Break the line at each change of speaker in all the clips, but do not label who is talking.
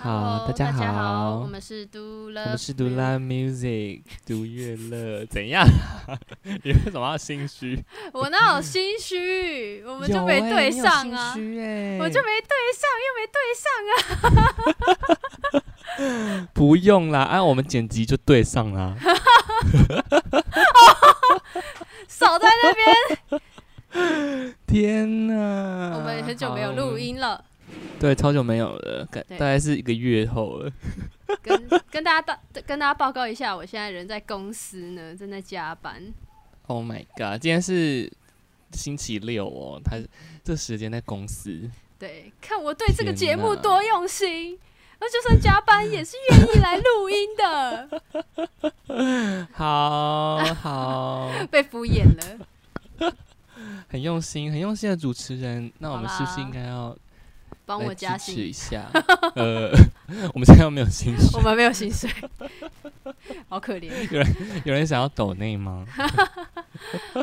好，
大
家
好，
我们是嘟乐，
我们是嘟啦 music 独乐乐，怎 样？你为什么要心虚？
我哪有心虚？我们就没
有欸
对
你有
上
心
啊，
虚欸
我就没对上，又没对上啊。啊
不用啦，啊按我们剪辑就对上啦。
哦少在那边，
天哪！
我们很久没有
好
录，音了，
对，超久没有了，感
对
大概是一个月后了。
跟 跟大家大跟大家报告一下，我现在人在公司呢，正在加班。
Oh my god！今天是星期六哦，他
嗯
这时间在公司，
对，看我对这个节目
天哪
多用心，我就算加班也是愿意来录音 的，
好 好，
被敷衍了。
很用心，很用心的主持人。那我们是不是
好啦
应该要
帮我
来
加
支持
薪，
一下。呃， 我们现在又没有薪
我
水，
们没有薪 水，好可怜。
有人想要抖内吗？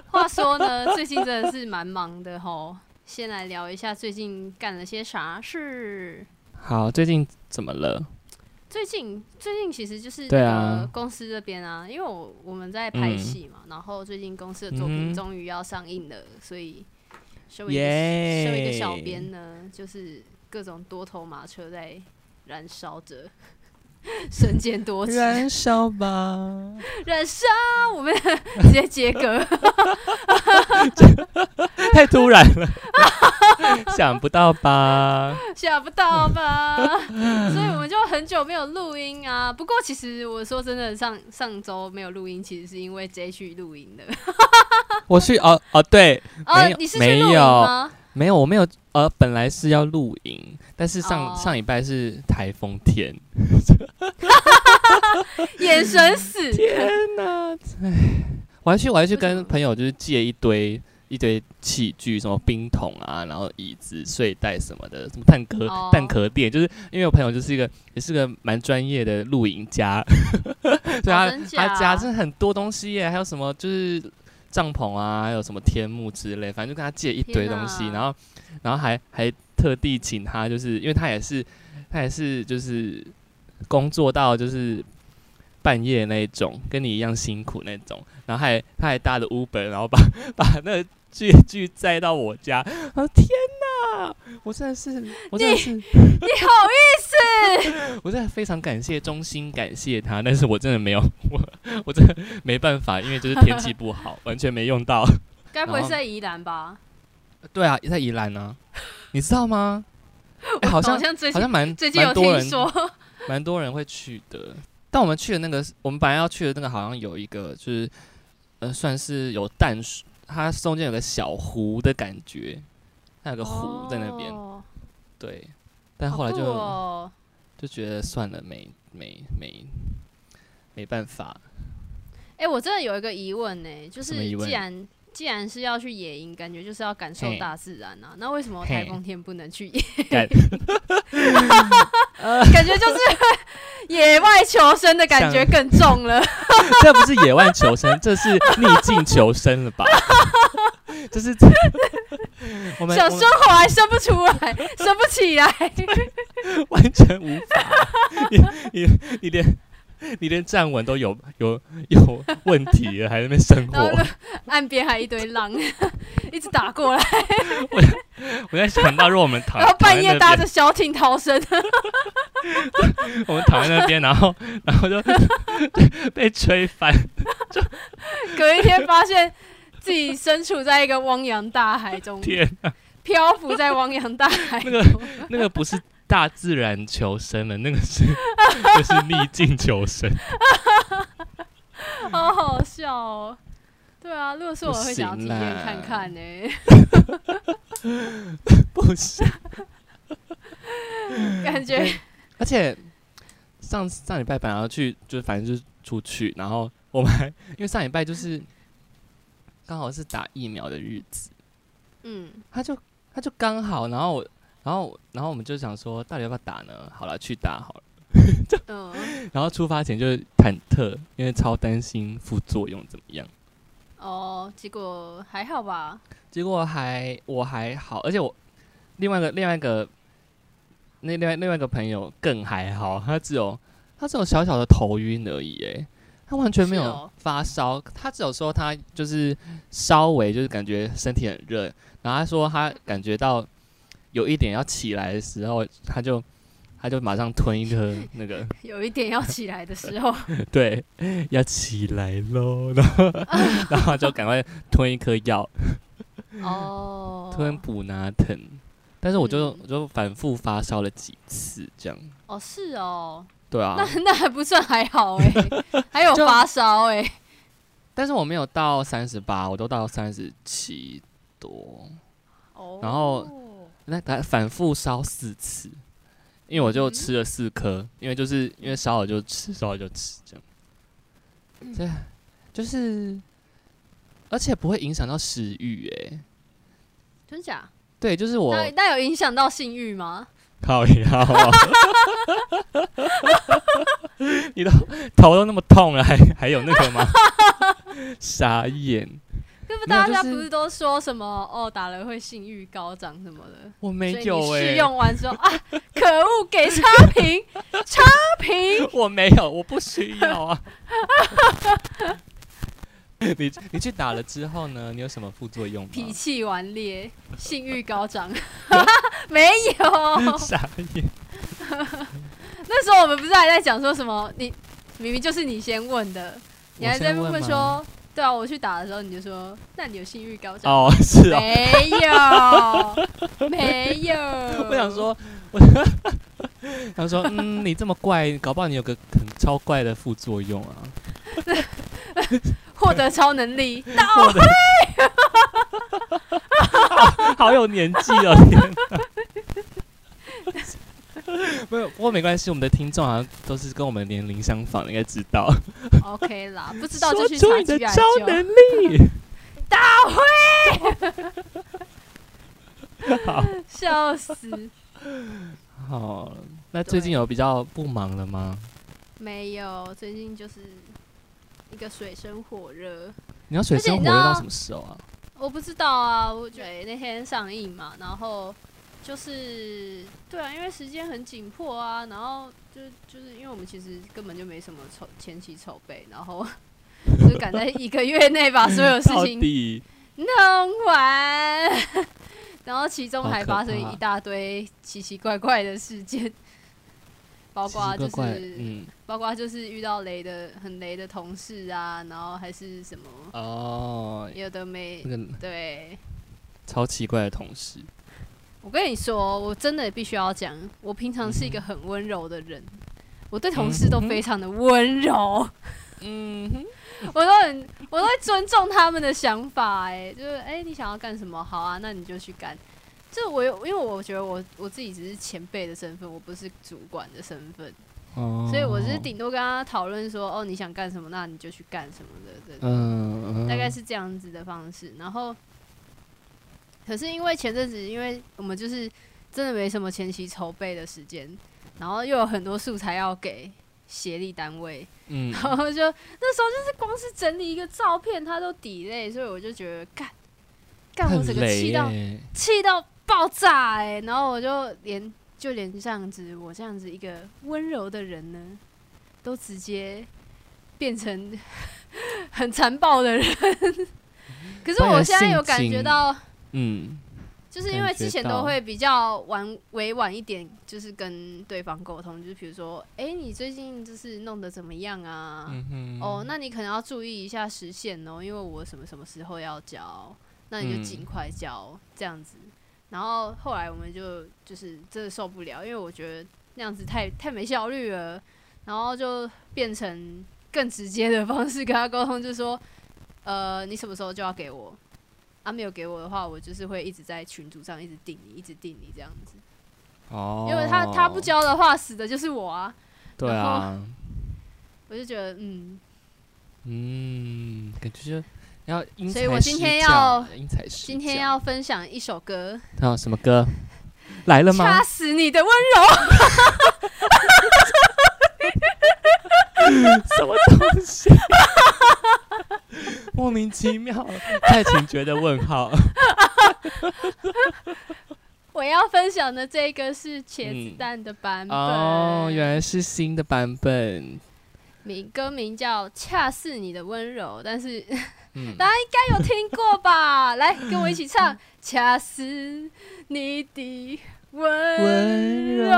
话说呢，最近真的是蛮忙的吼。先来聊一下最近干了些啥事。
好，最近怎么了？
最近最近其实就是
对
那
啊
个公司这边啊，因为我我们在拍戏嘛，然后最近公司的作
嗯
品
哼
终于要上映了，所以身为一个
耶
身为一个小编呢，就是各种多头马车在燃烧着，身兼多职，
燃 烧吧！
燃烧，我们直接接歌。
太突然了， 想不到吧？
吓不到吧？ 所以我们就很久没有录音啊。不过其实我说真的，上上周没有录音，其实是因为 J 去录音的。
我去哦哦，对，
哦
没有，
你是去
没
录音
有
吗？
没有，我没有，呃，本来是要露营，但是上、
哦
上礼拜是台风天，
眼神 死，
我还去我还去
为什么
跟朋友就是借一堆一堆器具，什么冰桶啊，然后椅子、睡袋什么的，什么蛋壳、
哦
蛋壳店，就是因为我朋友就是一个也是个蛮专业的露营家， 对
哦
他
真假
他家真的很多东西耶，还有什么就是帐篷啊，还有什么天幕之类，反正就跟他借一堆东西，
天哪
然后然后还还特地请他，就是因为他也是他也是就是工作到就是半夜那一种，跟你一样辛苦那种，然后还他还搭着 Uber，然后把 把那个剧剧载到我家，我说天哪，我真的是我真的是
你好意
我真的非常感谢，衷心感谢他，但是我真的没有，我我 真的没办法，因为就是天气不好，完全没用到。
思，该不会是在宜兰吧？
对啊，在宜兰呢、 你知 道吗？哎、好
好
像
最
好
近
像蛮
最近有
蛮多
听
人
说，
蛮多人会去的。但我们去的那个，我们本来要去的那个，好像有一个就是呃，算是有淡水，它中间有个小湖的感觉，它有个湖在那边，
哦
对。但后来就、
好酷哦
就觉得算了，没没没没办法。
哎，我真的有一个疑问呢，就
什么
是
疑问
既然。既然是要去野营，感觉就是要感受
嘿
大自然啊。那为什么
嘿
台风天不能去野
干
感觉就是野外求生的感觉更重了。
这不是野外求生，这是逆境求生了吧？ 这是 我们
想
我
生
们
活还生不出来， 生不起来。
完全无法， 你你你连你连站稳都有有有问题了，还在那边生
然后
活。
呢岸边还一堆浪， 一直打过来，
我在想到，如果我们躺
然后半夜搭
啊躺在那边
着小艇逃生。
我们躺在那边，然后 然后就被吹翻，
隔一天发现自己身处在一个汪洋大海中，
天啊，
漂浮在汪洋大海中。
那那个不是大自然求生了，那个是 就是逆境求生。
好好笑哦。对啊，如果是我
不
会想要体
行啦
验看看呢、
不是，
感觉
而且上上礼拜本来要去，就是反正就是出去，然后我们还因为上礼拜就是刚好是打疫苗的日子，
嗯，
他就他就刚好，然后我然后我然后我们就想说到底要不要打呢？好了，去打好了。
嗯，
然后出发前就是忐忑，因为超担心副作用怎么样。
哦，结果还好吧，
结果还我还好，而且我另外一个另外一个那另外另外一个朋友更还好，他只有他只有小小的头晕而已，哎，他完全没
是
有
哦
发烧，他只有说他就是稍微就是感觉身体很热，然后他说他感觉到有一点要起来的时候，他就他就马上吞一颗那个，
有一点要起来的时候，
对，要起来喽，然后 然后就赶快吞一颗药，
哦，
吞普拿疼，但是我就、
嗯
我就反复发烧了几次这样。
哦是哦，
对啊，
那还不算还好哎、还有
就
发烧哎、
但是我没有到三十八，我都到三十七多，
哦，
然后那他反复烧四次，因为我
嗯
就吃了四颗，因为就是因为烧了就吃，烧了就吃这样，
嗯
这就是，而且不会影响到食欲诶、
真假？
对，就是我
那那有影响到性欲吗？
靠腰、 哦，你都头都那么痛了，还还有那个 吗？傻眼，
对不
没有
大家
就
不
是
是都说什么哦打了会性欲高涨什么的？
我没
所以
有
你
哎、
试用完之后 啊，可恶，给差评，差评，
我没有，我不需要啊。 你你去打了之后呢？你有什么副作用吗？
脾气顽劣，性欲高涨， 没 有。
傻眼，
那时候我们不是还在讲说什么？你明明就是你先问的，你还在那边
我
问
先吗
说，对啊，我去打的时候你就说，那你有性欲高涨？
哦，是哦。
没有，没有。
我想，说，我想说，嗯，你这么怪，搞不好你有个很超怪的副作用啊。
获得超能力，那
我的好 好有年纪 哦，天哪！没有，不过没关系，我们的听众好像都是跟我们年龄相仿的，应该知道。
OK 啦，不知道
说
就去
出
查
你的
局
超能
究。
力，
笑死，
好，那最近
对
有比较不忙了吗？
没有，最近就是一个水深火热。
你要水
而且
深
你
火
知
热
道
到什么时候啊？
我不知道啊，我觉得那天上映嘛，然后就是对啊，因为时间很紧迫啊，然后就就是因为我们其实根本就没什么筹前期筹备，然后 就赶在一个月内把所有事
到
情
底
弄完， 然后其中
好
还
可
发生
怕
一大堆奇奇怪怪的事件，包
奇
括
奇
就
怪
是
怪，嗯，
包括就是遇到雷的很雷的同事啊，然后还是什么
哦，
有的没
那个
对。
超奇怪的同事，
我跟你说，我真的必须要讲，我平常是一
嗯
个很温柔的人，我对同事都非常的温柔，
嗯哼，
我都很，我都会尊重他们的想法、哎，就是哎、你想要干什么，好啊，那你就去干。这我有，因为我觉得我我自己只是前辈的身份，我不是主管的身份，
哦，
所以我只是顶多跟他讨论说，哦，你想干什么，那你就去干什么的，对
嗯，嗯，
大概是这样子的方式。然后，可是因为前阵子，因为我们就是真的没什么前期筹备的时间，然后又有很多素材要给协力单位，
嗯，
然后就那时候就是光是整理一个照片，它都抵累，所以我就觉得干 干我
很
整个
累
气到
耶
气到爆炸哎、然后我就连就连这样子，我这样子一个温柔的人呢，都直接变成 很残暴的人。可是我现在有感觉到，
嗯，
就是因为之前
感觉到
都会比较婉委婉一点，就是跟对方沟通，就是比如说，哎、你最近就是弄得怎么样啊？
嗯哼
哦，那你可能要注意一下时限哦，因为我什么什么时候要交，那你就尽
嗯
快交、这样子。然后后来我们就就是真的受不了，因为我觉得那样子太太没效率了，然后就变成更直接的方式跟他沟通，就说，呃，你什么时候就要给我，啊，没有给我的话，我就是会一直在群组上一直定你，一直定你这样子，
哦，
因为他他不交的话，死的就是我啊，
对
然后
啊，
我就觉得嗯，
嗯，感觉就要因
所
材
以我今天
施教
要
因材施
今天
教
要分享一首歌，
啊什么歌来了吗
掐？死你的温柔。
什么东西？ 莫名其妙， 太情觉得问号。
我要分享享的这个是茄子
嗯
蛋的版本，
哦，原来是新的版本。
名歌名叫《恰似你的温柔》，但 是
嗯，
大该有听过 吧？来，跟我一起唱《恰似你的温
温
柔
柔。》。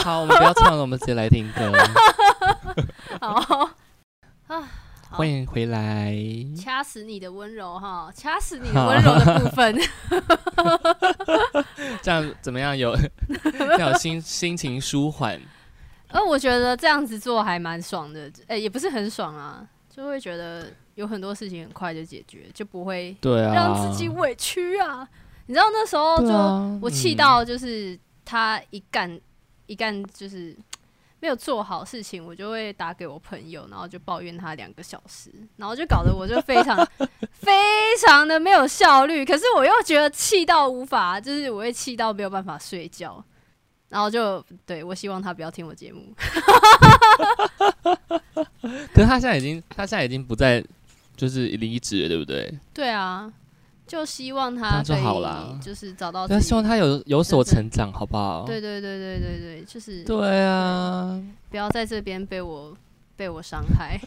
好，我们不要唱了，我们直接来听 歌。
好哦啊，好
欢迎回来。
掐死你的温柔哈，掐死你的温柔的部 分。
这样怎么样？有 要有心心情舒缓。
而呃我觉得这样子做还蛮爽的，呃、也不是很爽啊，就会觉得有很多事情很快就解决，就不会
对啊，
让自己委屈啊。你知道那时候
对
就、
啊
我气
嗯
到，就是他一干一干就是没有做好事情，我就会打给我朋友，然后就抱怨他两个小时，然后就搞得我就非常 非常的没有效率。可是我又觉得气到无法，就是我会气到没有办法睡觉，然后就对我希望他不要听我节目。
可是他现在已经，他现在已经不在，就是离职了，对不对？
对啊，就希望
这
他
样就
可以
好啦
就是找到自
但
己。
希望他有有所
真的
成长，好不好？
对对对对对对，就是
对啊，
不要在这边被我被我伤害。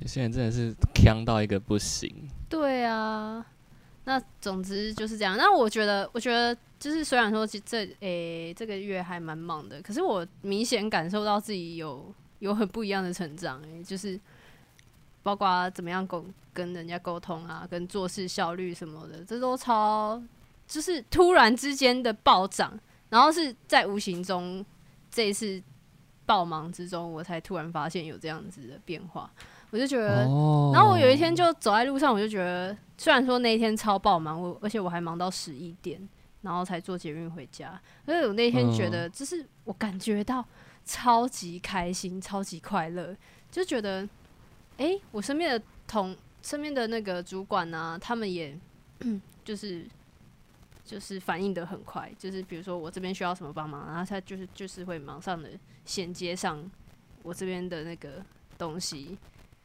有些人真的是强到一个不行。
对啊，那总之就是这样。那我觉得，我觉得就是虽然说这这诶、这个月还蛮忙的，可是我明显感受到自己有有很不一样的成长、诶，就是包括怎么样沟跟人家沟通啊，跟做事效率什么的，这都超就是突然之间的暴涨，然后是在无形中这一次爆忙之中，我才突然发现有这样子的变化，我就觉得。
哦
然后我有一天就走在路上，我就觉得，虽然说那一天超爆忙，我而且我还忙到十一点，然后才坐捷运回家。所以我那天觉得，就是我感觉到超级开心、超级快乐，就觉得，诶，我身边的同身边的那个主管啊，他们也 就是就是反应的很快，就是比如说我这边需要什么帮忙，然后他就是就是会马上的衔接上我这边的那个东西，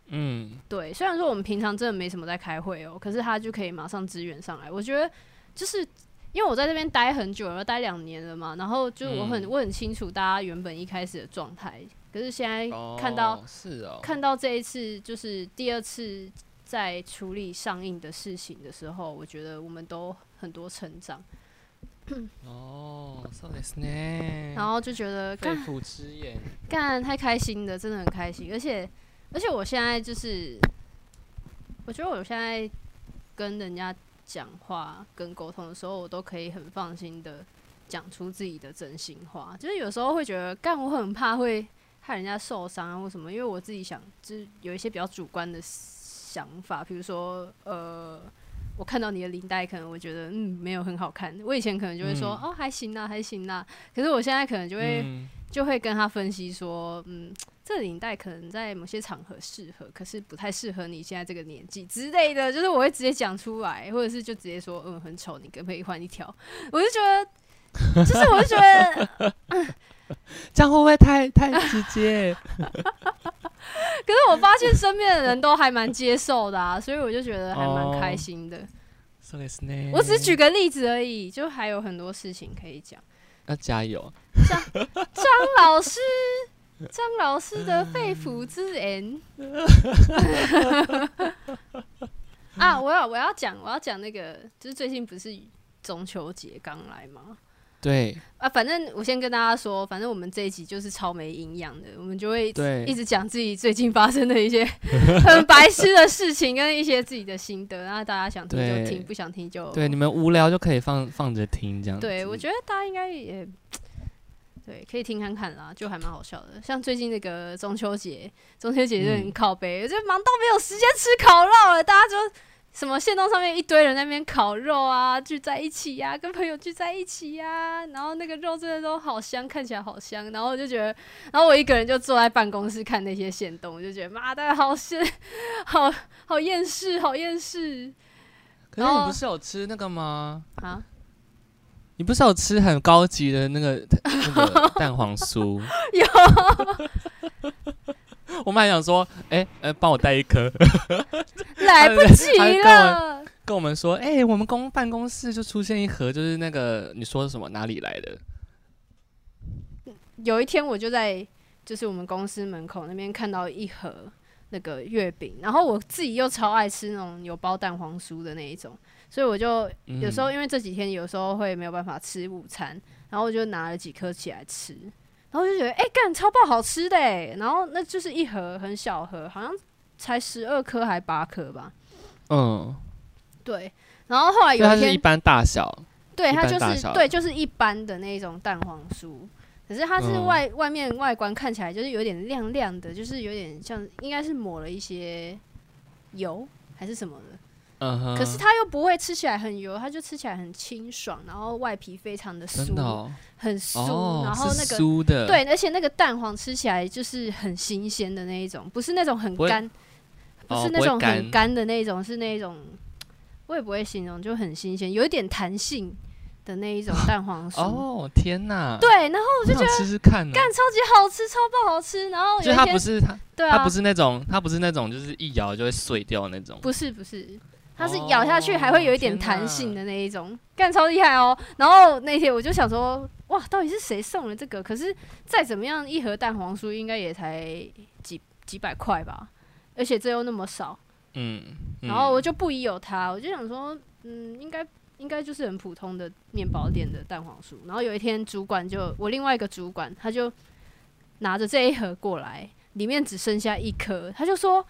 嗯，
对，虽然说我们平常真的没什么在开会哦、可是他就可以马上支援上来。我觉得就是因为我在这边待很久了，待两年了嘛，然后就是我很、
嗯
我很清楚大家原本一开始的状态，可是现在看到、
哦是哦，
看到这一次就是第二次在处理上映的事情的时候，我觉得我们都很多成长，
哦，そうですね。
然后就觉得
肺
干
腑之言，
干太开心了，真的很开心。而且而且我现在就是，我觉得我现在跟人家讲话、跟沟通的时候，我都可以很放心的讲出自己的真心话。就是有时候会觉得，干我很怕会害人家受伤啊或什么，因为我自己想，就是有一些比较主观的想法，比如说呃。我看到你的领带，可能我觉得嗯没有很好看。我以前可能就会说、哦还行啦，还行啊啦。可是我现在可能就会
嗯
就会跟他分析说，嗯，这领带可能在某些场合适合，可是不太适合你现在这个年纪之类的，就是我会直接讲出来，或者是就直接说，嗯，很丑，你可不可以换一条？ 我就觉得，就是我就觉得，
这样会不会太太直 接？
可是我发现身边的人都还蛮接受的啊，所以我就觉得还蛮开心的。
そうですね。
我只是举个例子而已，就还有很多事情可以讲。
要加油。
张老师，张老师的肺腑之言啊！我要我要讲我要讲那个，就是最近不是中秋节刚来吗？
对
啊，反正我先跟大家说，反正我们这一集就是超没营养的，我们就会
对，
一直讲自己最近发生的一些 很白痴的事情，跟一些自己的心得。那大家想听就
对
听，不想听就
对，你们无聊就可以放放着听这样子。
对，我觉得大家应该也对，可以听看看啦，就还蛮好笑的。像最近那个中秋节，中秋节就很
嗯
靠背，就忙到没有时间吃烤肉了，大家就。什么线动上面一堆人在那边烤肉啊，聚在一起呀、跟朋友聚在一起呀、然后那个肉真的都好香，看起来好香，然后我就觉得，然后我一个人就坐在办公室看那些线动，我就觉得妈的好羡，好好厌世，好厌世
可是
然
你
后
不是有吃那个吗？
啊！
你不是有吃很高级的那个 那个蛋 黄酥？
有，
我们还想说，哎、呃，帮我带一颗。
来不及
还有
了，
跟我们说，哎、我们公办公室就出现一盒，就是那个你说什么哪里来的？
有一天我就在就是我们公司门口那边看到一盒那个月饼，然后我自己又超爱吃那种有包蛋黄酥的那一种，所以我就
嗯
有时候因为这几天有时候会没有办法吃午餐，然后我就拿了几颗起来吃，然后我就觉得哎干、超爆好吃的、欸，然后那就是一盒很小盒，好像才十二颗还八颗吧，
嗯，
对，然后后来
所以
有
它
一
是
天
一般大小，
对，
一
它
般
就
大
是
小
对，就是一般的那一种蛋黄酥，可是它是
嗯
外、外面外观看起来就是有点亮亮的，就是有点像应该是抹了一些油还是什么的，
嗯哼，
可是它又不会吃起来很油，它就吃起来很清爽，然后外皮非常的酥，
真的哦，
很酥，
哦，
然后
是
那个。
酥的，，
对，而且那个蛋黄吃起来就是很新鲜的那一种，不是那种很
不会
干，不
哦
是
不
那
会
种很
干
干的那一种，是那一种我也不会形容，就很新鲜，有一点弹性的那一 种蛋黄酥。
哦，天哪，，
对，然后
我就觉得吃吃看呢、
干超级好吃，超爆好吃。然后有
就
一
它
天
不，是它，
对啊，
它不是那种，它不是那种，就是一咬就会碎掉那种。
不是不是，它是咬下去还会有一点
哦天哪
弹性的那一种，干超厉害哦。然后那天我就想说，哇，到底是谁送了这个？可是再怎么样，一盒蛋黄酥应该也才几几百块吧，而且这又那么少，
嗯，嗯
然后我就不疑有他，我就想说，嗯，应该。应该就是很普通的面包店的蛋黄酥。然后有一天，主管就我另外一个主管，他就拿着这一盒过来，里面只剩下一颗，他就说：“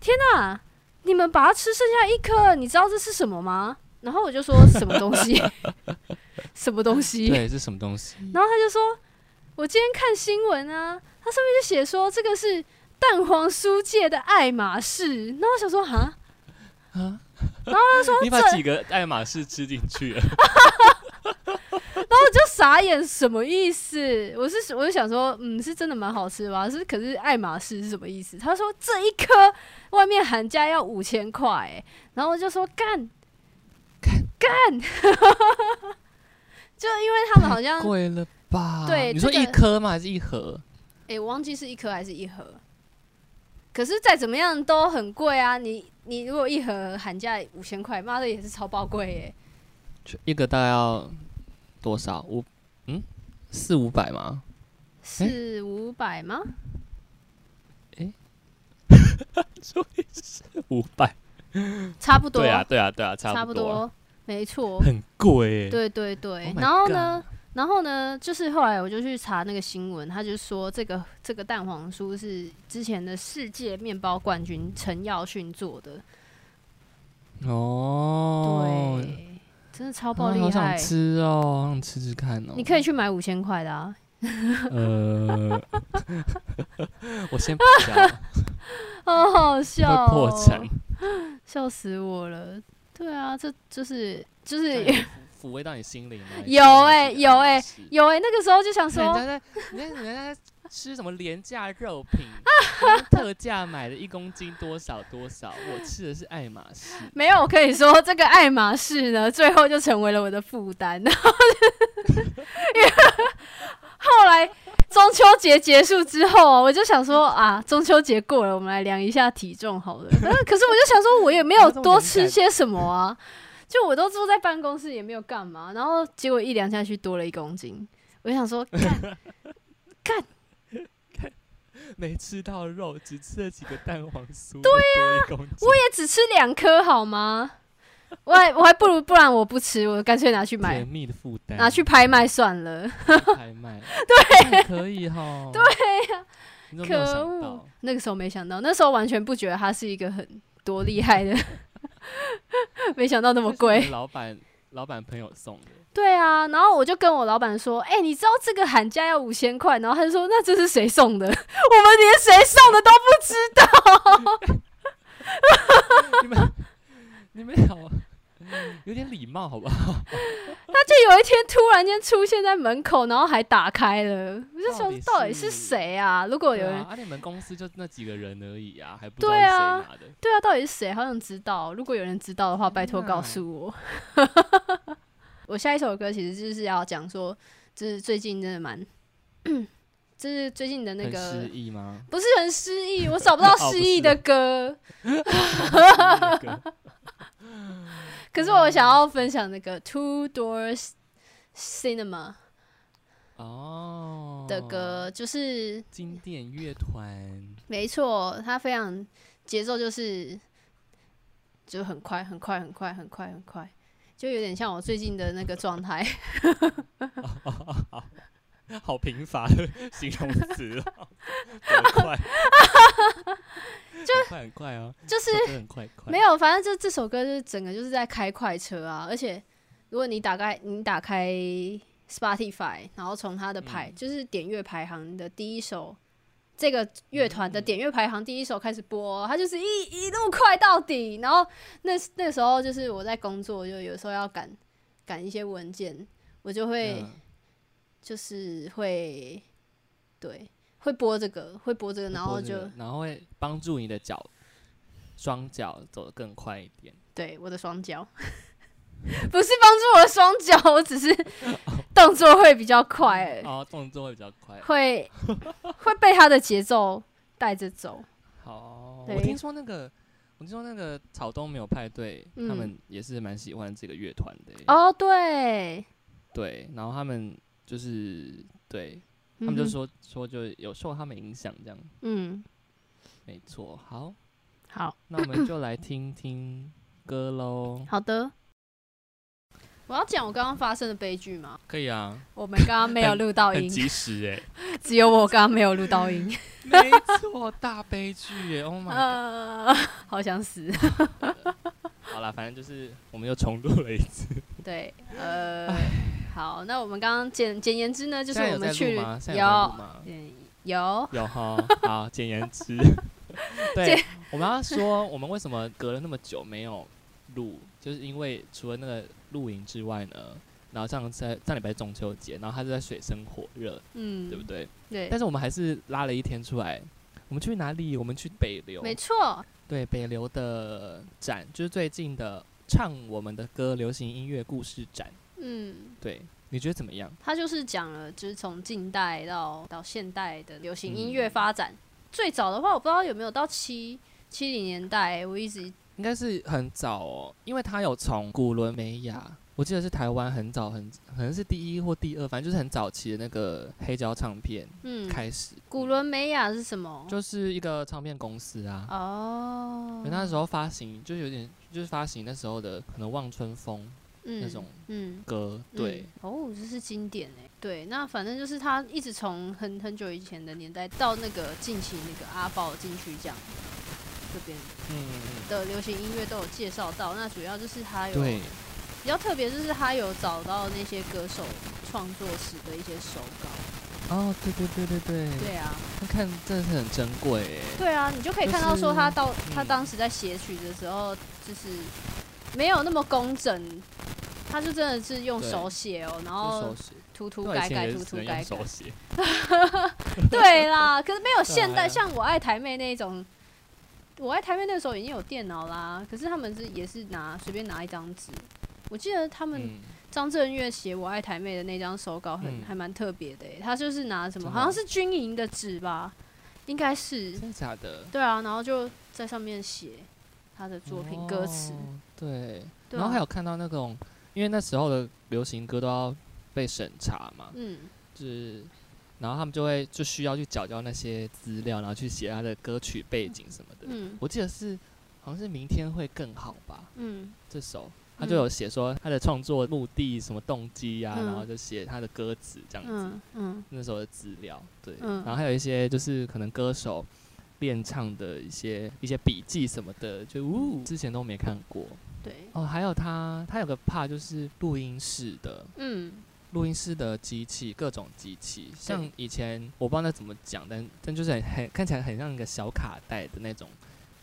天哪、你们把它吃剩下一颗，你知道这是什么吗？”然后我就说：“什么东西？什么东西？”
对是什么东西？
然后他就说：“我今天看新闻啊，它上面就写说这个是蛋黄酥界的爱马仕。”然后我想说：“哈，
你把几个爱马仕吃进去了？
就傻眼，什么意思？我是我就想说，嗯，是真的蛮好吃吧？是可是爱马仕是什么意思？他说这一颗外面喊价要五千块、欸，然后我就说干干， 就因为他们好像哎、
贵了吧？
对
你说
这个
一颗吗？还是一盒？
欸我忘记是一颗还是一盒，可是再怎么样都很贵啊！你你如果一盒喊价五千块，妈的也是超爆贵耶、
一个大概要多少？五嗯四五百吗？
是五百吗？
五百？
差不多，
对啊对啊对啊，
差
不
不多，没错，
很贵欸。
对对对
Oh my
然后呢，然后呢，就是后来我就去查那个新闻，他就说这个这个蛋黄酥是之前的世界面包冠军陈耀训做的，
哦，
对，真的超
啊
爆厉
好
害
想。吃哦，好想吃吃看哦。
你可以去买五千块的啊！
呃，我先不 讲，
哦，好笑、哦，
啊会破产，
笑死我了。对啊，这就是就是
这样抚慰到你心灵吗？
有
哎、
欸有欸
欸
有哎、那个时候 就想
人
说，
家在，人家人家在吃什么廉价肉 品，就是特价买的一公斤多少多少，我吃的是爱马仕。
没有，我可以说这个爱马仕呢，最后就成为了我的负担。 然后就是因为后来中秋节结束之后啊，我就想说啊，中秋节过了，我们来量一下体重好了。但是可是我就想说，我也没有多吃些什么啊，就我都坐在办公室也没有干嘛，然后结果一量下去多了一公斤，我就想说，干干
没吃到肉，只吃了几个蛋黄酥，对呀、我也
啊也只吃两颗好吗？我还我还不如不然我不吃，我干脆拿去买
甜蜜的负担，
拿去拍卖算了。
拍卖，对，可以哈，对呀、
可恶！那个时候没想到，那时候完全不觉得它是一个很多厉害的，没想到那
这
么
是你
贵
们。老板老板朋友送的，
对啊，然后我就跟我老板说：“哎、你知道这个喊价要五千块？”然后他就说：“那这是谁送的？我们 连谁送的都不知道。
你们你们好，有点礼貌好不好？”
他就有一天突然间出现在门口，然后还打开了。我就
到
想
底，
到底是
是
谁啊？如果
对
有人
啊，啊你们公司就那几个人而已啊，还不知道
对
是谁
啊
拿的。
对啊，到底是谁？好想知道。如果有人知道的话，拜托告诉我。 我下一首歌其实就是要讲说，就是最近真的蛮， 就是最近的那
很
个
失意吗？
不是很失意，我找不到
哦不
失意
是
的歌。
那个
可是我想要分享那个 Two Doors Cinema
哦
的歌，就是
经典乐团，
没错，它非常节奏就是就很快，很快，很快，很快，很快，就有点像我最近的那个状态。
好贫乏的形容词哦，很快，就很快很快啊，
就是
这首歌很快快，
没有，反正这这首歌就是整个就是在开快车啊，而且如果你打开你打开 Spotify，然后从它的排、
嗯
就是点乐排行的第一首，这个乐团的点乐排行第一首开始播，它就是一一路快到底。然后那那时候就是我在工作，就有时候要赶赶一些文件，我就会、
嗯
就是会对会播这个会播这个，
会
然后
播这
就
个 然后会帮助你的脚双脚走得更快一点。
对，我的双脚， 不是帮助我的双脚， 我只是动作会比较快而已，
哦，动作会比较快。
会会被他的节奏带着走。
好，
对
我听说那个，我听说那个草东没有派对，
嗯
他们也是蛮喜欢这个乐团的耶。
哦，对，
对，然后他们就是对，
嗯
他们就
哼
说说就有受他们影响这样，
嗯，
没错。好，
好
那我们就来听听歌喽。
好的。我要讲我刚刚发生的悲剧吗？
可以啊，
我们刚刚没有录到
很
音，
及时哎、
只有我刚刚没有录到音。
没错，大悲剧哎、o h my god！、
呃， 好想死。
好啦，反正就是我们又重录了一次。
对，呃，好，那我们刚刚简简言之 呢，就是
现在
我们
有在
去
录吗？现在有在录
有
吗？
嗯有
有哈，好，简言之，对，我们要说我们为什么隔了那么久没有录，就是因为除了那个露营之外呢，然后上次上礼拜中秋节，然后他就在水深火热，
嗯，
对不对？
对
但是我们还是拉了一天出来。我们去哪里？我们去北流，
没错，
对，北流的展就是最近的唱我们的歌流行音乐故事展。
嗯，
对，你觉得怎么样？
他就是讲了，就是从近代到到现代的流行音乐
嗯
发展。最早的话，我不知道有没有到七七零年代，我一直
应该是很早哦，因为他有从古伦美亚，我记得是台湾很早很可能是第一或第二，反正就是很早期的那个黑胶唱片
嗯，
开始，
古伦美亚是什
哦
么？
就是一个唱片公司啊。
哦
因为，那时候发行就有点，就是发行那时候的可能《望春风》
那
那种
嗯。
歌，
嗯
对，
哦，这是经典哎，对，那反正就是他一直从很很久以前的年代到那个近期那个阿宝金曲奖这边
嗯，
的流行音乐都有介绍到，那主要就是他有
对，
比较特别就是他有找到那些歌手创作时的一些手稿。
哦，对对对对对，
对啊，
那看真的是很珍贵耶，
对啊，你就可以
就
看到说
是
他到他
嗯
当时在写曲的时候，就是没有那么工整，他就真的是用
对
手写哦，然
就是
后
手写，
涂涂
对以
改
前
改，
也
涂
是只
涂
能
改
用
改
手。写，
对啦，可是没有
对啊
现代，
对啊
像我爱台妹那一种。我爱台妹那时候已经有电脑啦，可是他们是也是拿随便拿一张纸，我记得他们
嗯，
张震岳写《我爱台妹》的那张手稿很、
嗯
还蛮特别的耶，他就是拿什么，
真的
好像是军营的纸吧，应该是，
真的假的？
对啊，然后就在上面写他的作品歌词，
哦对，
对啊
然后还有看到那种，因为那时候的流行歌都要被审查嘛，
嗯，
就是，然后他们就会就需要去缴交那些资料，然后去写他的歌曲背景什么的。
嗯
我记得是好像是明天会更好吧，
嗯
这首他就有写说他的创作目的、什么动机呀、
嗯
然后就写他的歌词这样子。
嗯嗯
那时候的资料，对，
嗯
然后还有一些就是可能歌手练唱的一些一些笔记什么的，就呜之前都没看过。
对，
哦，还有它，它有个怕就是录音室的，
嗯
录音室的机器，各种机器，像以前我不知道那怎么讲，但但就是很很看起来很像一个小卡带的那种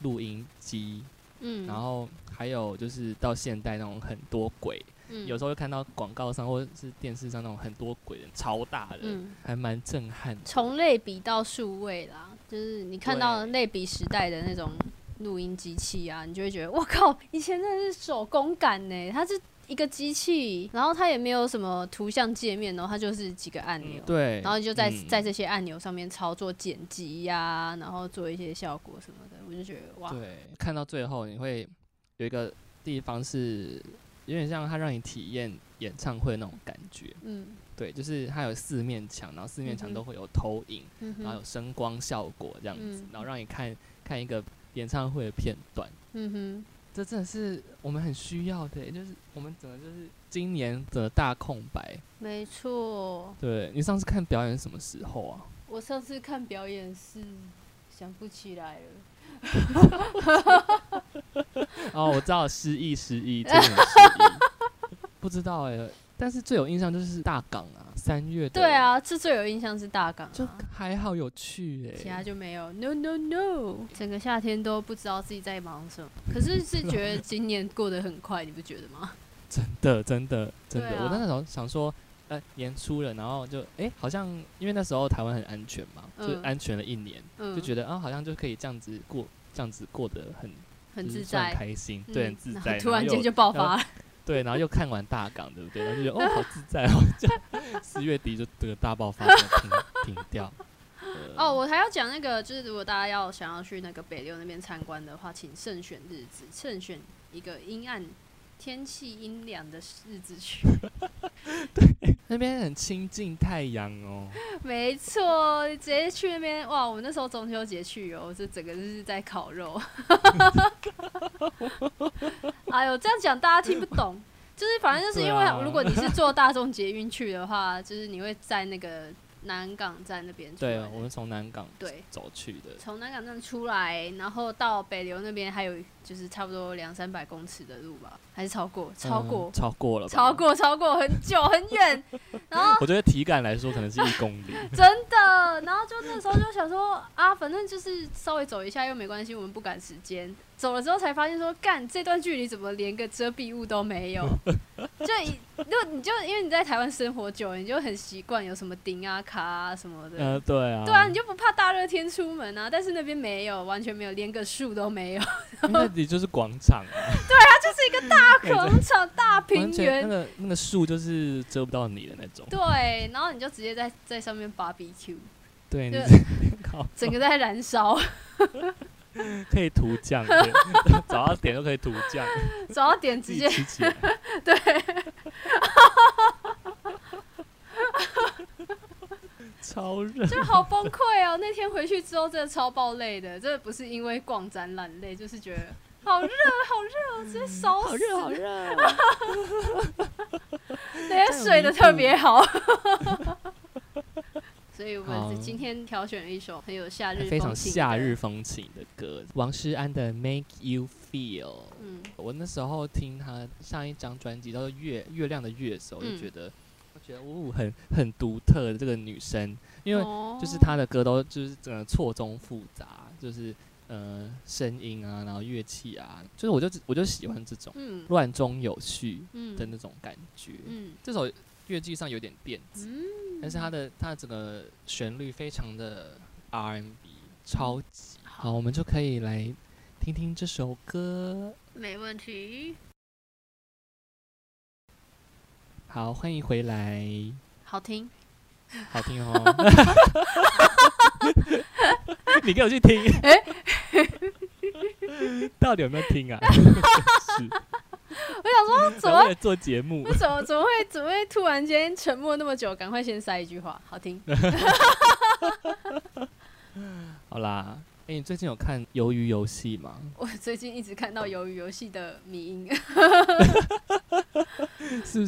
录音机，
嗯，
然后还有就是到现代那种很多轨，
嗯
有时候会看到广告上或者是电视上那种很多轨的超大的，
嗯
还蛮震撼的。
从类比到数位啦，就是你看到
对
类比时代的那种录音机器啊，你就会觉得我靠，以前真的是手工感呢，它是一个机器，然后它也没有什么图像界面哦，它就是几个按钮。
对，
然后你就在、
嗯
在这些按钮上面操作剪辑啊呀、然后做一些效果什么的，我就觉得哇，
对看到最后你会有一个地方是有点像他让你体验演唱会那种感觉，
嗯
对，就是它有四面墙，然后四面
嗯
墙
哼
都会有投影，
嗯
然后有
哼，
声光效果这样子
嗯，
然后让你看看一个演唱会的片段。
嗯哼，
这真的是我们很需要的欸，就是我们整个就是今年的大空白。
没错。
对你上次看表演什么时候啊？
我上次看表演是想不起来了，
哦，我知道，失忆，失忆，真的很失忆。 不知道哎、但是最有印象就是大港啊，三月的。
对，啊，这最有印象是大港、啊，
就还好有趣
其
哎、
他就没有。No no no，整个夏天都不知道自己在忙什么，可是是觉得今年过得很快，你不觉得吗？
真的，真的，真的。
对啊
我那时候想说，呃，年初了，然后就哎、好像因为那时候台湾很安全嘛，就
嗯
安全了一年，
嗯，
就觉得啊，好像就可以这样子过，这样子过得很
很
就是
自
算
在，
开心，
嗯
对，很自
然后
在。
突
后
然
又
间就爆发了。
对，然后又看完大港，对不对？然后就 觉得哦，好自在哦，就四月底就这个大爆发，就停停掉。呃
哦，，我还要讲那个，就是如果大家要想要去那个北六那边参观的话，请慎选日子，慎选一个阴暗、天气阴凉的日子去。
那边很亲近太阳哦，
没错，直接去那边哇！我们那时候中秋节去哦，这整个就是在烤 肉。哎呦，这样讲大家听不懂，就是反正就是因为、
对啊
如果你是坐大众捷运去的话，就是你会在那个南港站那边出来
对啊
的。，
我们从南港
对
走去的，
从南港站出来，然后到北流那边还有就是差不多两三百公尺的路吧，还是超过超
嗯
过、
超过了，
超。过超过很久很 远，然后
我觉得体感来说，可能是一公里。
真的，然后就那时候就想说啊，反正就是稍微走一下又没关系，我们不赶时间。走了之后才发现说，干这段距离怎么连个遮蔽物都没有？就一就你就因为你在台湾生活久了，你就很习惯有什么顶啊卡啊什么的。
呃，对 啊，
对啊，你就不怕大热天出门啊？但是那边没有，完全没有，连个树都没有，
因为那里就是广场 啊，
大 广场、大平
哎完全那
原，
个那个树就是遮不到你的那种。
对，然后你就直接在在上面 BBQ，
对，你
对
靠，
整个在燃烧，
可以涂酱，对 早上点都可以涂酱，
走到点
自
直
己
接
吃起来。
对，
超热，
就好崩溃哦！那天回去之后真的超爆累的，真的不是因为逛展览累，就是觉得好热好热，我直接烧死，
热，
那天睡得特别好。所以我
好
们今天挑选了一首很有夏日
哎非常
风情的
夏日，风情的歌，王诗安的《Make You Feel》。
嗯
我那时候听他上一张专辑叫做《月月亮的月》的时候，我就
嗯
觉得，我觉得呜、很很独特的这个女生，因为
哦
就是她的歌都就是整个错综复杂，就是呃声音啊，然后乐器啊，就是我就我就喜欢这种
嗯
乱中有序
嗯
的那种感觉。
嗯
这首乐器上有点电子，
嗯，
但是它的它的整个旋律非常的 R&B，超级好，我们就可以来听听这首歌。
没问题。
好，欢迎回来，
好听，
好听 哦。你给我去听， 到底有没有听 啊？是，
我想说怎
然后
么
为了做节目，
怎么怎么会怎么会突然间沉默那么久？赶快先塞一句话，好听。
好啦。哎、你最近有看《鱿鱼游戏》吗？
我最近一直看
哦
到鱿鱼游戏的迷音，
是不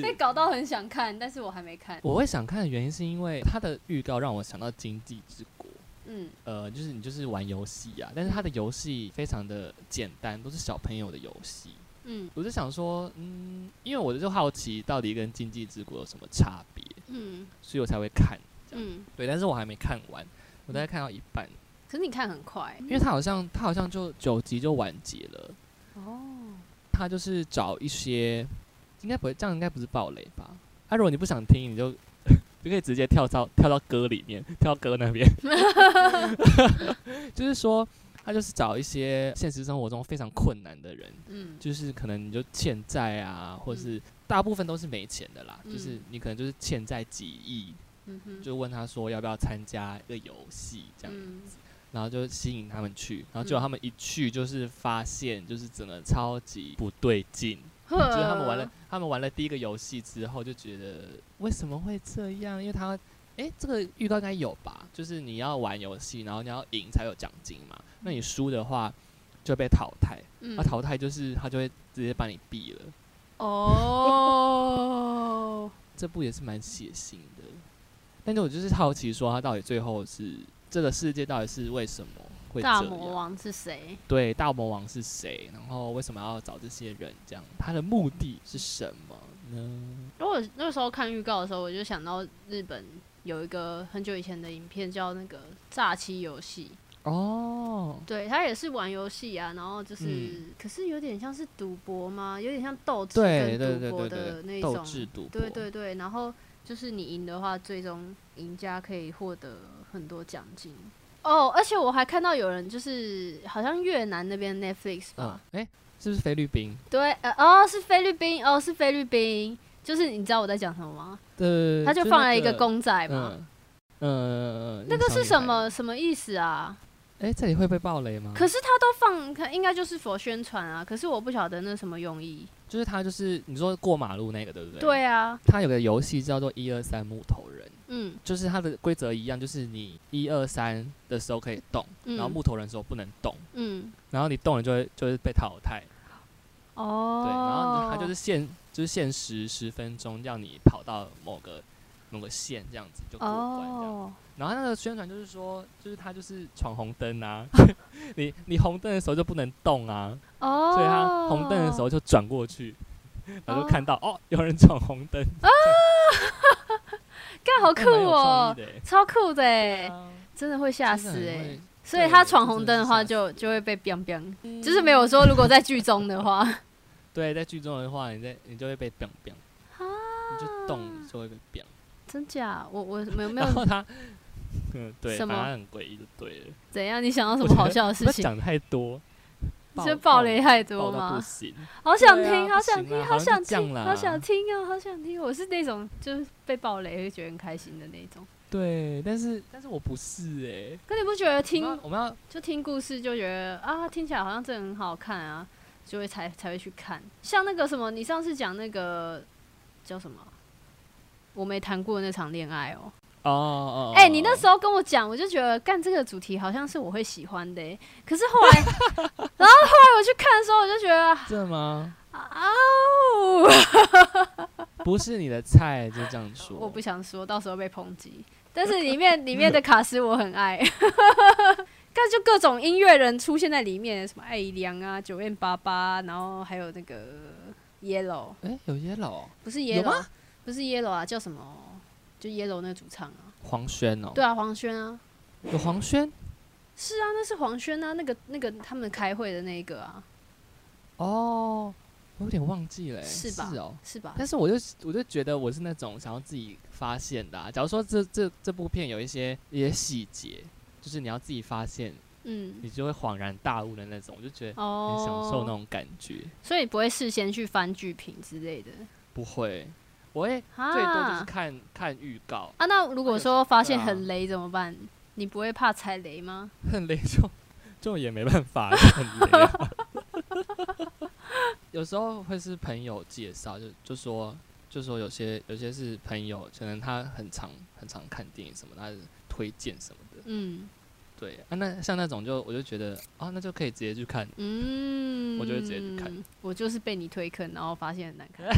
被搞到很想看，但是我还没看。
我会想看的原因是因为它的预告让我想到《经济之国》。
嗯
呃，就是你就是玩游戏啊，但是它的游戏非常的简单，都是小朋友的游戏。
嗯
我就想说，嗯，因为我就好奇到底跟《经济之国》有什么差别，
嗯
所以我才会看。
嗯，
对，但是我还没看完，我大概看到一半，
可是你看很快
因为它好像它好像就九集就完结了。
哦。
它就是找一些，应该不会这样，应该不是暴雷吧？啊，如果你不想听，你就 就可以直接跳到跳到歌里面，跳到歌那边。 就是说，他就是找一些现实生活中非常困难的人，
嗯
就是可能你就欠债啊，或是大部分都是没钱的啦，
嗯
就是你可能就是欠债几亿，
嗯哼，
就问他说要不要参加一个游戏这样。
嗯
然后就吸引他们去，然后结果他们一去就是发现就是整个超级不对劲，就是他们玩了，他们玩了第一个游戏之后，就觉得为什么会这样？因为他，诶，这个预告应该有吧？就是你要玩游戏，然后你要赢才有奖金嘛。那你输的话就被淘汰，
嗯
那、淘汰就是他就会直接把你毙了。
哦，
这部也是蛮血腥的，但是我就是好奇说，他到底最后是这个世界到底是为什么 会这
大
样？
魔王是谁？
对，大魔王是谁？然后为什么要找这些人？这样他的目的是什么呢？
如果那时候看预告的时候，我就想到日本有一个很久以前的影片叫那个《诈欺游戏
哦》，，
对他也是玩游戏啊，然后就是、
嗯
可是有点像是赌博吗？有点像斗智
对
跟
对
赌博
对对
的那
对，
一
斗
种，
智赌博，
对对对，然后就是你赢的话，最终赢家可以获得很多奖金。哦，而且我还看到有人就是好像越南那边 Netflix 吧，
嗯，哎、是不是菲律宾？
对，呃，哦，是菲律宾，哦，是菲律宾，就是你知道我在讲什么吗？
对，
他就放了一个公仔
仔
嘛，，
嗯，
那个是什么？什么意思啊？
哎、这里会被暴雷吗？
可是他都放，可应该就是佛宣传啊，可是我不晓得那什么用意。
就是他就是你说过马路那个对不对？，
对啊，
他有个游戏叫做一二三木头人，
嗯
就是它的规则一样，就是你一二三的时候可以动，
嗯，
然后木头人的时候不能动，
嗯
然后你动了就会就会被淘汰。
哦，
对，然后你它就是限就是限时十分钟，让你跑到某个某个线这样子就过关这样。
哦，
然后那个宣传就是说，就是他就是闯红灯啊， 你你红灯的时候就不能动啊，
哦，
所以他红灯的时候就转过去，然后
哦
就看到哦有人闯红灯，
干好
还
酷
蛮有
哦
创意，的欸
超酷的
对
哎，
啊
真的会吓死
真的很
哎
会。
所以他
对
闯
这
红
真
灯
的
的
是
话
吓死
就
嗯
就会被 biang biang，就是没有说如果在剧中的话，
对，在剧中的话，你在你就会被 biang biang，你
啊
就动就会被 biang。
真假？我我没有没有
然后他，嗯，对，
什
反
么
正它很诡异就对了。
怎样？你想到什
我
么
觉
好
得
笑的
不
事
要
情？
讲太多，
你是暴雷太多
爆到不
吗？
行。
好想
对啊
听，
不
好想
行
听，
啦
好
好
想
像就这样
听，
啦
好想听啊，好想听！我是那种就是被暴雷会觉得很开心的那种。
对，但是但是我不是哎、欸，
可你不觉得听
我们要
就听故事就觉得啊，听起来好像真的很好看啊，就会才才会去看。像那个什么，你上次讲那个叫什么？我没谈过的那场恋爱哦、
哦哦，
哎、你那时候跟我讲，我就觉得干这个主题好像是我会喜欢的欸、可是后来， 然后后来我去看的时候，我就觉得
候这吗？
啊哦，
不是你的菜，就这样说。
我不想说，到时候被抨击。但 是里面里面的卡斯我很爱， 但就各种音乐人出现在里面，什么艾怡良啊、九燕八八，然后还有那个 Yellow，
哎、有些老
不是
有
Yellow，
吗
不是 Yellow 啊，叫什么？就 Yellow 那个主唱啊，
黄轩哦、
对啊，黄轩啊，
有黄轩
是啊，那是黄轩啊，那个那个他们开会的那一个啊，
哦，我有点忘记了、欸，
是吧
哦、
是吧？
但是我就我就觉得我是那种想要自己发现的、啊。假如说这这这部片有一些一些细节，就是你要自己发现，
嗯，
你就会恍然大悟的那种，我就觉得很
哦，
享受那种感觉。
所以不会事先去翻剧评之类的
不会，我会
啊。
最多就是看、看预告，
啊，那如果说发现
对啊
很雷怎么办？你不会怕踩雷吗？
很雷就就也没办法，很雷、啊。 有时候会是朋友介绍，就就说就说有些有些是朋友，可能他很常很常看电影什么，他是推荐什么的。
嗯
对啊，那像那种就我就觉得啊，那就可以直接去看，
嗯，
我就会直接去看。
我就是被你推坑，然后发现很难 看。哦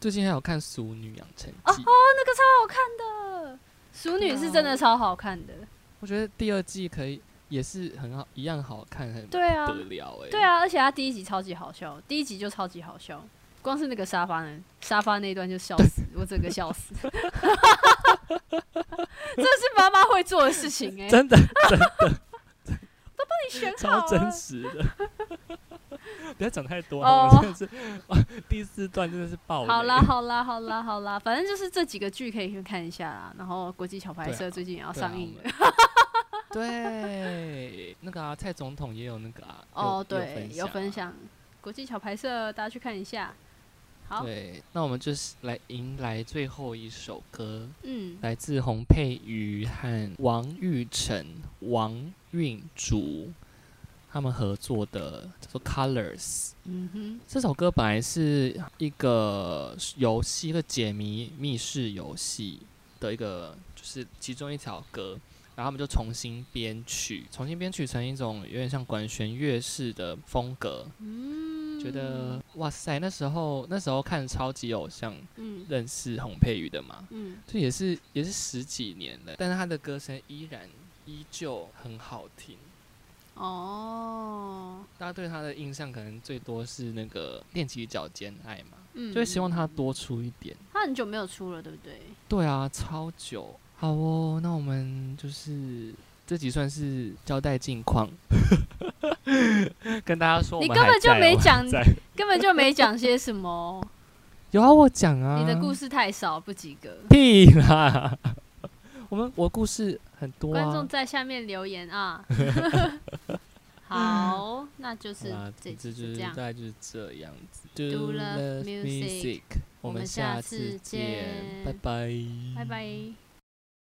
最近还有看《俗女养成
哦
记》
那个超好看的，《熟女》是真的超好看的。
我觉得第二季可以也是很好，一样好看，很
对啊
得，了哎、
对， 啊，而且它第一集超级好笑，第一集就超级好笑，光是那个沙发呢，沙发那一段就笑 死，我整个笑死。 这是妈妈会做的事情哎、欸，
真的
你选好 啊
超
了
真实的。 不要讲太多，
哦
我真的是 哇第四段真的是爆雷。啊
好啦，好啦，好啦，好啦，反正就是这几个剧可以去看一下啦。然后国际桥牌
对
社
啊
最近也要
对啊
上映了，
我们对，那个啊，蔡总统也有那个啊，
哦，
有
对，有分。享国际桥牌社，大家去看一下。好，
对，那我们就是来迎来最后一首歌，
嗯，
来自洪佩瑜和王玉成、王韵竹他们合作的叫做《Colors》。
嗯哼，
这首歌本来是一个游戏，一个解谜密室游戏的一个，就是其中一条歌，然后他们就重新编曲，重新编曲成一种有点像管弦乐式的风格。
嗯，
觉得哇塞，那时候那时候看超级偶像，
嗯，
认识洪佩瑜的嘛，
嗯
这也是也是十几年了，但是他的歌声依然依旧很好听。
嗯，哦，
大家对他的印象可能最多是那个踮起脚尖爱嘛，
嗯，
就会希望他
嗯
多出一点。
他很久没有出了，对不对？
对啊，超久。好哦，那我们就是这集算是交代近况， 跟大家说我
你
们
根本
还
就
在
没
哦
讲
在
根本就没讲些什么，
有啊，我讲啊，
你的故
事
事太少，不及格。
屁啦。 我们我故事很多
观众
啊，
在下面留言 啊。好，那就是
好啦
这集
这就
就是这样
大，概就是这样子。
Do love
love
music，
我
我
们
们
下
下
次
次
见，
见
拜拜，
拜拜。